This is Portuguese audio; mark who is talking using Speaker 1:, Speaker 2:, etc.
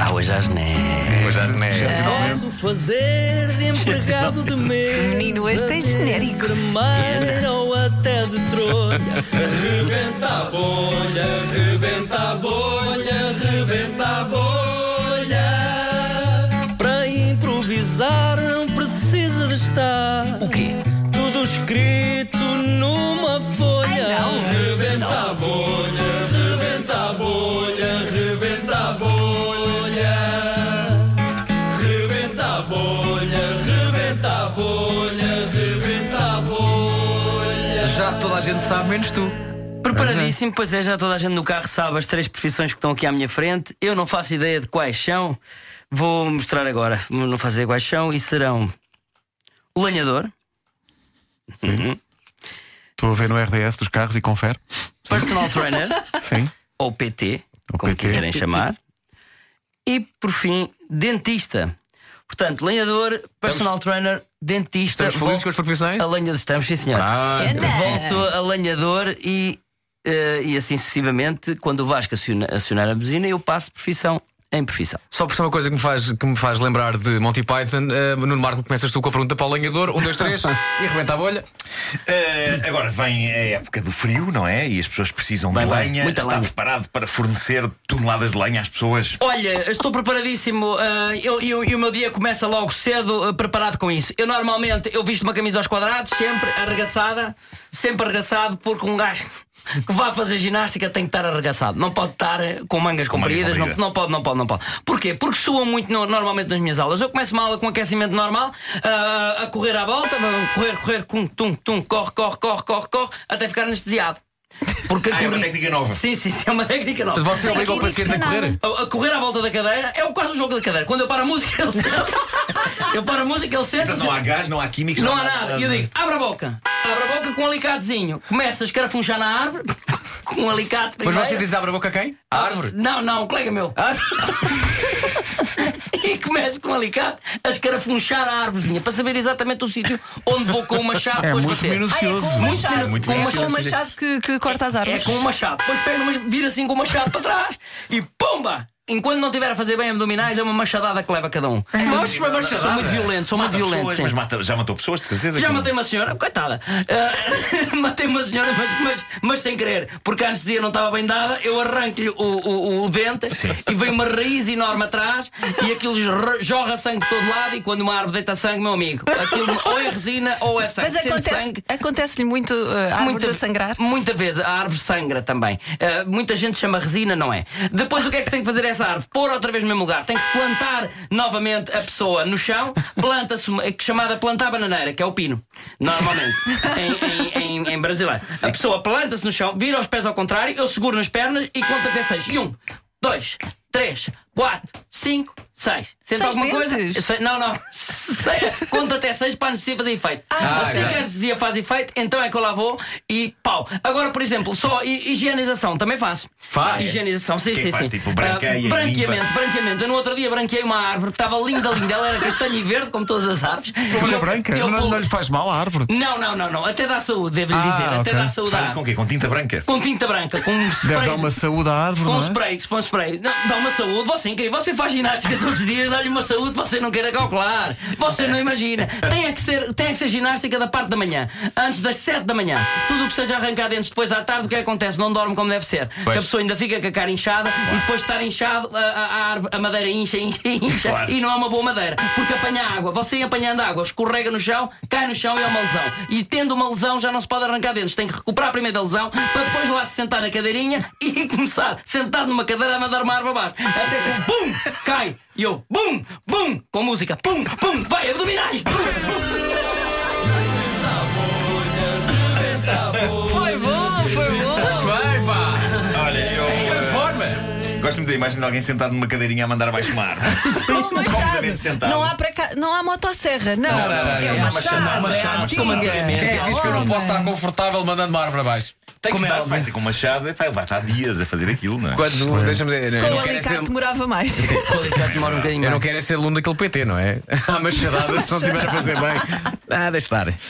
Speaker 1: Ah, hoje às neves.
Speaker 2: Hoje às neves.
Speaker 3: Posso fazer de empregado de mesa
Speaker 4: É. Menino, hoje tens
Speaker 3: de
Speaker 4: genérico.
Speaker 3: enfermeira ou até de trolha Rebenta a bolha, rebenta a bolha, rebenta a bolha Para improvisar não precisa de estar
Speaker 1: O quê?
Speaker 3: Tudo escrito numa folha
Speaker 4: Ai, não.
Speaker 3: Rebenta a bolha, rebenta a bolha, rebenta a bolha Rebenta a bolha, rebenta a bolha, rebenta a bolha
Speaker 2: Já toda a gente sabe, menos tu.
Speaker 1: Preparadíssimo, pois é, já toda a gente no carro sabe as três profissões que estão aqui à minha frente. Eu não faço ideia de quais são. Vou mostrar agora. Não faço ideia de quais são e serão o lenhador,
Speaker 5: Estou a ver no RDS dos carros e confere.
Speaker 1: personal trainer
Speaker 5: Sim.
Speaker 1: ou PT,
Speaker 5: Ou
Speaker 1: como
Speaker 5: PT.
Speaker 1: quiserem chamar. E por fim, dentista. Portanto, lenhador, personal trainer, dentista.
Speaker 2: Estamos felizes com Ah. as profissões?
Speaker 1: A lenha estamos, sim senhor.
Speaker 2: é
Speaker 4: Anda.
Speaker 1: Volto a lenhador e, eh, e assim sucessivamente, quando o Vasco aciona- acionar a buzina, eu passo de profissão em profissão.
Speaker 2: Só por ser uma coisa que me faz, que me faz lembrar de Monty Python, eh, Nuno Marco, começas tu com a pergunta para o lenhador: 1, 2, 3 e arrebenta a bolha.
Speaker 6: Eh, agora vem a época do frio, não é? E as pessoas precisam
Speaker 1: Bem,
Speaker 6: de
Speaker 1: bem,
Speaker 6: lenha.
Speaker 1: muita
Speaker 6: Está
Speaker 1: lenha.
Speaker 6: preparado para fornecer toneladas de lenha às pessoas?
Speaker 1: Olha, estou preparadíssimo eh, eu- eu- e o meu dia começa logo cedo, eh, preparado com isso. Eu normalmente eu visto uma camisa aos quadrados, sempre arregaçada, sempre arregaçado, porque um gajo que vá fazer ginástica tem que estar arregaçado. Não pode estar eh, com mangas
Speaker 6: manga
Speaker 1: compridas, não,
Speaker 6: comprida.
Speaker 1: não pode, não pode, não pode. Porquê? Porque suam muito no- normalmente nas minhas aulas. Eu começo uma aula com aquecimento normal, ah, a correr à volta, a correr, correr, cum, tum, tum, corre, corre, corre, corre, corre, até ficar anestesiado. Porque a
Speaker 6: Ah, é uma
Speaker 1: corrida-
Speaker 6: técnica nova.
Speaker 1: Sim, sim, sim, é uma técnica nova.
Speaker 2: Portanto, você
Speaker 4: Sem
Speaker 2: obriga o
Speaker 4: químicos,
Speaker 2: paciente a
Speaker 4: sem
Speaker 2: correr.
Speaker 4: nada.
Speaker 1: A a correr à volta da cadeira é quase um jogo da cadeira. Quando eu paro a música, ele senta-se. Eu paro a música, ele
Speaker 6: Então
Speaker 1: senta-se.
Speaker 6: não há gás, não há químicos,
Speaker 1: Não há nada. E eu digo: abre a boca. Abre a boca com um alicatezinho. Começa a escarafunchar na árvore com um
Speaker 2: Mas
Speaker 1: alicate primeiro.
Speaker 2: você diz abre a boca a quem? A árvore.
Speaker 1: Não, não, um colega meu.
Speaker 2: Ah,
Speaker 1: E começo com um alicate a escarafunchar a árvorezinha para saber exatamente o sítio onde vou com o machado
Speaker 5: É
Speaker 1: depois
Speaker 5: muito
Speaker 1: bater.
Speaker 4: Ah, é com
Speaker 5: minucioso.
Speaker 4: um machado.
Speaker 6: muito
Speaker 4: é com um
Speaker 6: minucioso.
Speaker 4: machado que, que corta as
Speaker 1: É
Speaker 4: árvores.
Speaker 1: com o machado. Depois pega, mas vira assim com o machado para trás e pumba! Enquanto não estiver a fazer bem abdominais, é uma machadada que leva cada um.
Speaker 2: Mas uma machadada.
Speaker 1: Sou muito violento, sou muito
Speaker 6: É. Mata
Speaker 1: violento.
Speaker 6: pessoas,
Speaker 1: sim.
Speaker 6: mas mata- já matou pessoas, de certeza.
Speaker 1: Já
Speaker 6: que-
Speaker 1: matei uma senhora, coitada. Ah, matei uma senhora, mas, mas, mas sem querer, porque a anestesia não estava bem dada. Eu arranco-lhe o, o, o dente e vem uma raiz enorme atrás e aquilo jorra- jorra sangue de todo lado. E quando uma árvore deita sangue, meu amigo, aquilo ou é resina ou é sangue.
Speaker 4: Mas
Speaker 1: Sente
Speaker 4: acontece-
Speaker 1: sangue.
Speaker 4: acontece-lhe muito uh, árvores a sangrar.
Speaker 1: Muita vez a árvore sangra também. Ah, muita gente chama resina, não é? Depois o que é que tem que fazer essa árvore? Pôr outra vez no mesmo lugar. Tem que plantar novamente a pessoa no chão. Planta-se uma é que chamada plantar bananeira, que é o pino, normalmente, em, em, em- em brasileiro. A pessoa planta-se no chão, vira os pés ao contrário, eu seguro nas pernas e conto até seis. E um, dois, três, quatro, cinco, seis. Sente
Speaker 4: Seis
Speaker 1: alguma
Speaker 4: dentes?
Speaker 1: coisa? Sei- não, não. Sei- Conta até seis para a anestesia fazer efeito.
Speaker 2: Ah,
Speaker 1: assim
Speaker 2: ok.
Speaker 1: que a anestesia faz efeito, então é que eu lá vou e pau. Agora, por exemplo, só hi- higienização também faço.
Speaker 2: Faz?
Speaker 1: Higienização, sim,
Speaker 6: Quem
Speaker 1: sim,
Speaker 6: faz,
Speaker 1: sim. Ah,
Speaker 6: tipo, branqueia e
Speaker 1: branqueamento,
Speaker 6: limpa?
Speaker 1: branqueamento. Eu no outro dia branqueei uma árvore, que estava linda, linda. Ela era castanha e verde, como todas as árvores.
Speaker 2: é
Speaker 1: E
Speaker 5: Folha
Speaker 1: eu-
Speaker 5: branca.
Speaker 1: eu
Speaker 5: Não,
Speaker 1: pulo-
Speaker 5: não lhe faz mal a árvore.
Speaker 1: Não, não, não, não. Até dá saúde, devo-lhe
Speaker 5: Ah,
Speaker 1: dizer. Até
Speaker 5: ok.
Speaker 1: dá saúde à
Speaker 6: Faz isso com
Speaker 1: árvore.
Speaker 6: o quê? Com tinta branca?
Speaker 1: Com tinta branca, com um
Speaker 5: Deve
Speaker 1: spray
Speaker 5: dar uma saúde à árvore,
Speaker 1: com
Speaker 5: não é?
Speaker 1: sprays, com sprays. Não, dá uma saúde, você é incrível. Você faz ginástica todos os dias, dá-lhe uma saúde, você não queira calcular. Você não imagina. Tem é que ser, tem é que ser ginástica da parte da manhã, antes das 7 da manhã. Tudo o que seja arrancado antes, depois à tarde, o que é que acontece? Não dorme como deve ser. Que A pessoa ainda fica com a cara inchada e depois de estar inchado, a, a- a árvore- a madeira incha, incha, incha
Speaker 6: Claro.
Speaker 1: e não é uma boa madeira. Porque apanha água, você apanhando água, escorrega no chão, cai no chão e é uma lesão. E tendo uma lesão já não se pode arrancar dentes, tem que recuperar primeiro da lesão para depois lá se sentar na cadeirinha e começar, sentado numa cadeira, a mandar uma árvore abaixo. Até que bum, cai. E eu, bum, bum, com música, pum, pum, vai, abdominais, bum,
Speaker 4: Foi bom, foi bom.
Speaker 2: Vai, pá!
Speaker 6: Olha,
Speaker 1: É,
Speaker 6: eu. eh,
Speaker 2: Forma!
Speaker 6: Gosto-me da imagem de alguém sentado numa cadeirinha a mandar abaixo uma árvore.
Speaker 4: Com o
Speaker 6: Completamente
Speaker 4: machado.
Speaker 6: sentado.
Speaker 4: Não há, para cá, não há motosserra, não.
Speaker 6: É
Speaker 4: É
Speaker 6: uma
Speaker 4: uma machado,
Speaker 6: machado,
Speaker 4: é a
Speaker 6: machado, machado.
Speaker 4: tinga.
Speaker 1: Quem
Speaker 2: Quem é que diz que eu não posso estar confortável mandando uma árvore abaixo?
Speaker 6: Tem que
Speaker 1: Como é
Speaker 6: estar, se vai
Speaker 1: óbvio.
Speaker 6: ser com um machado, pá, ele vai estar dias a fazer aquilo, não é?
Speaker 2: Quando. Deixa-me dizer. Eu
Speaker 4: Com o
Speaker 2: não quero é ser.
Speaker 4: alicate demorava mais.
Speaker 1: demora um bocadinho
Speaker 2: Eu não quero é ser aluno daquele PT, não é? Há machadada se não estiver a fazer bem. Ah, deixa estar.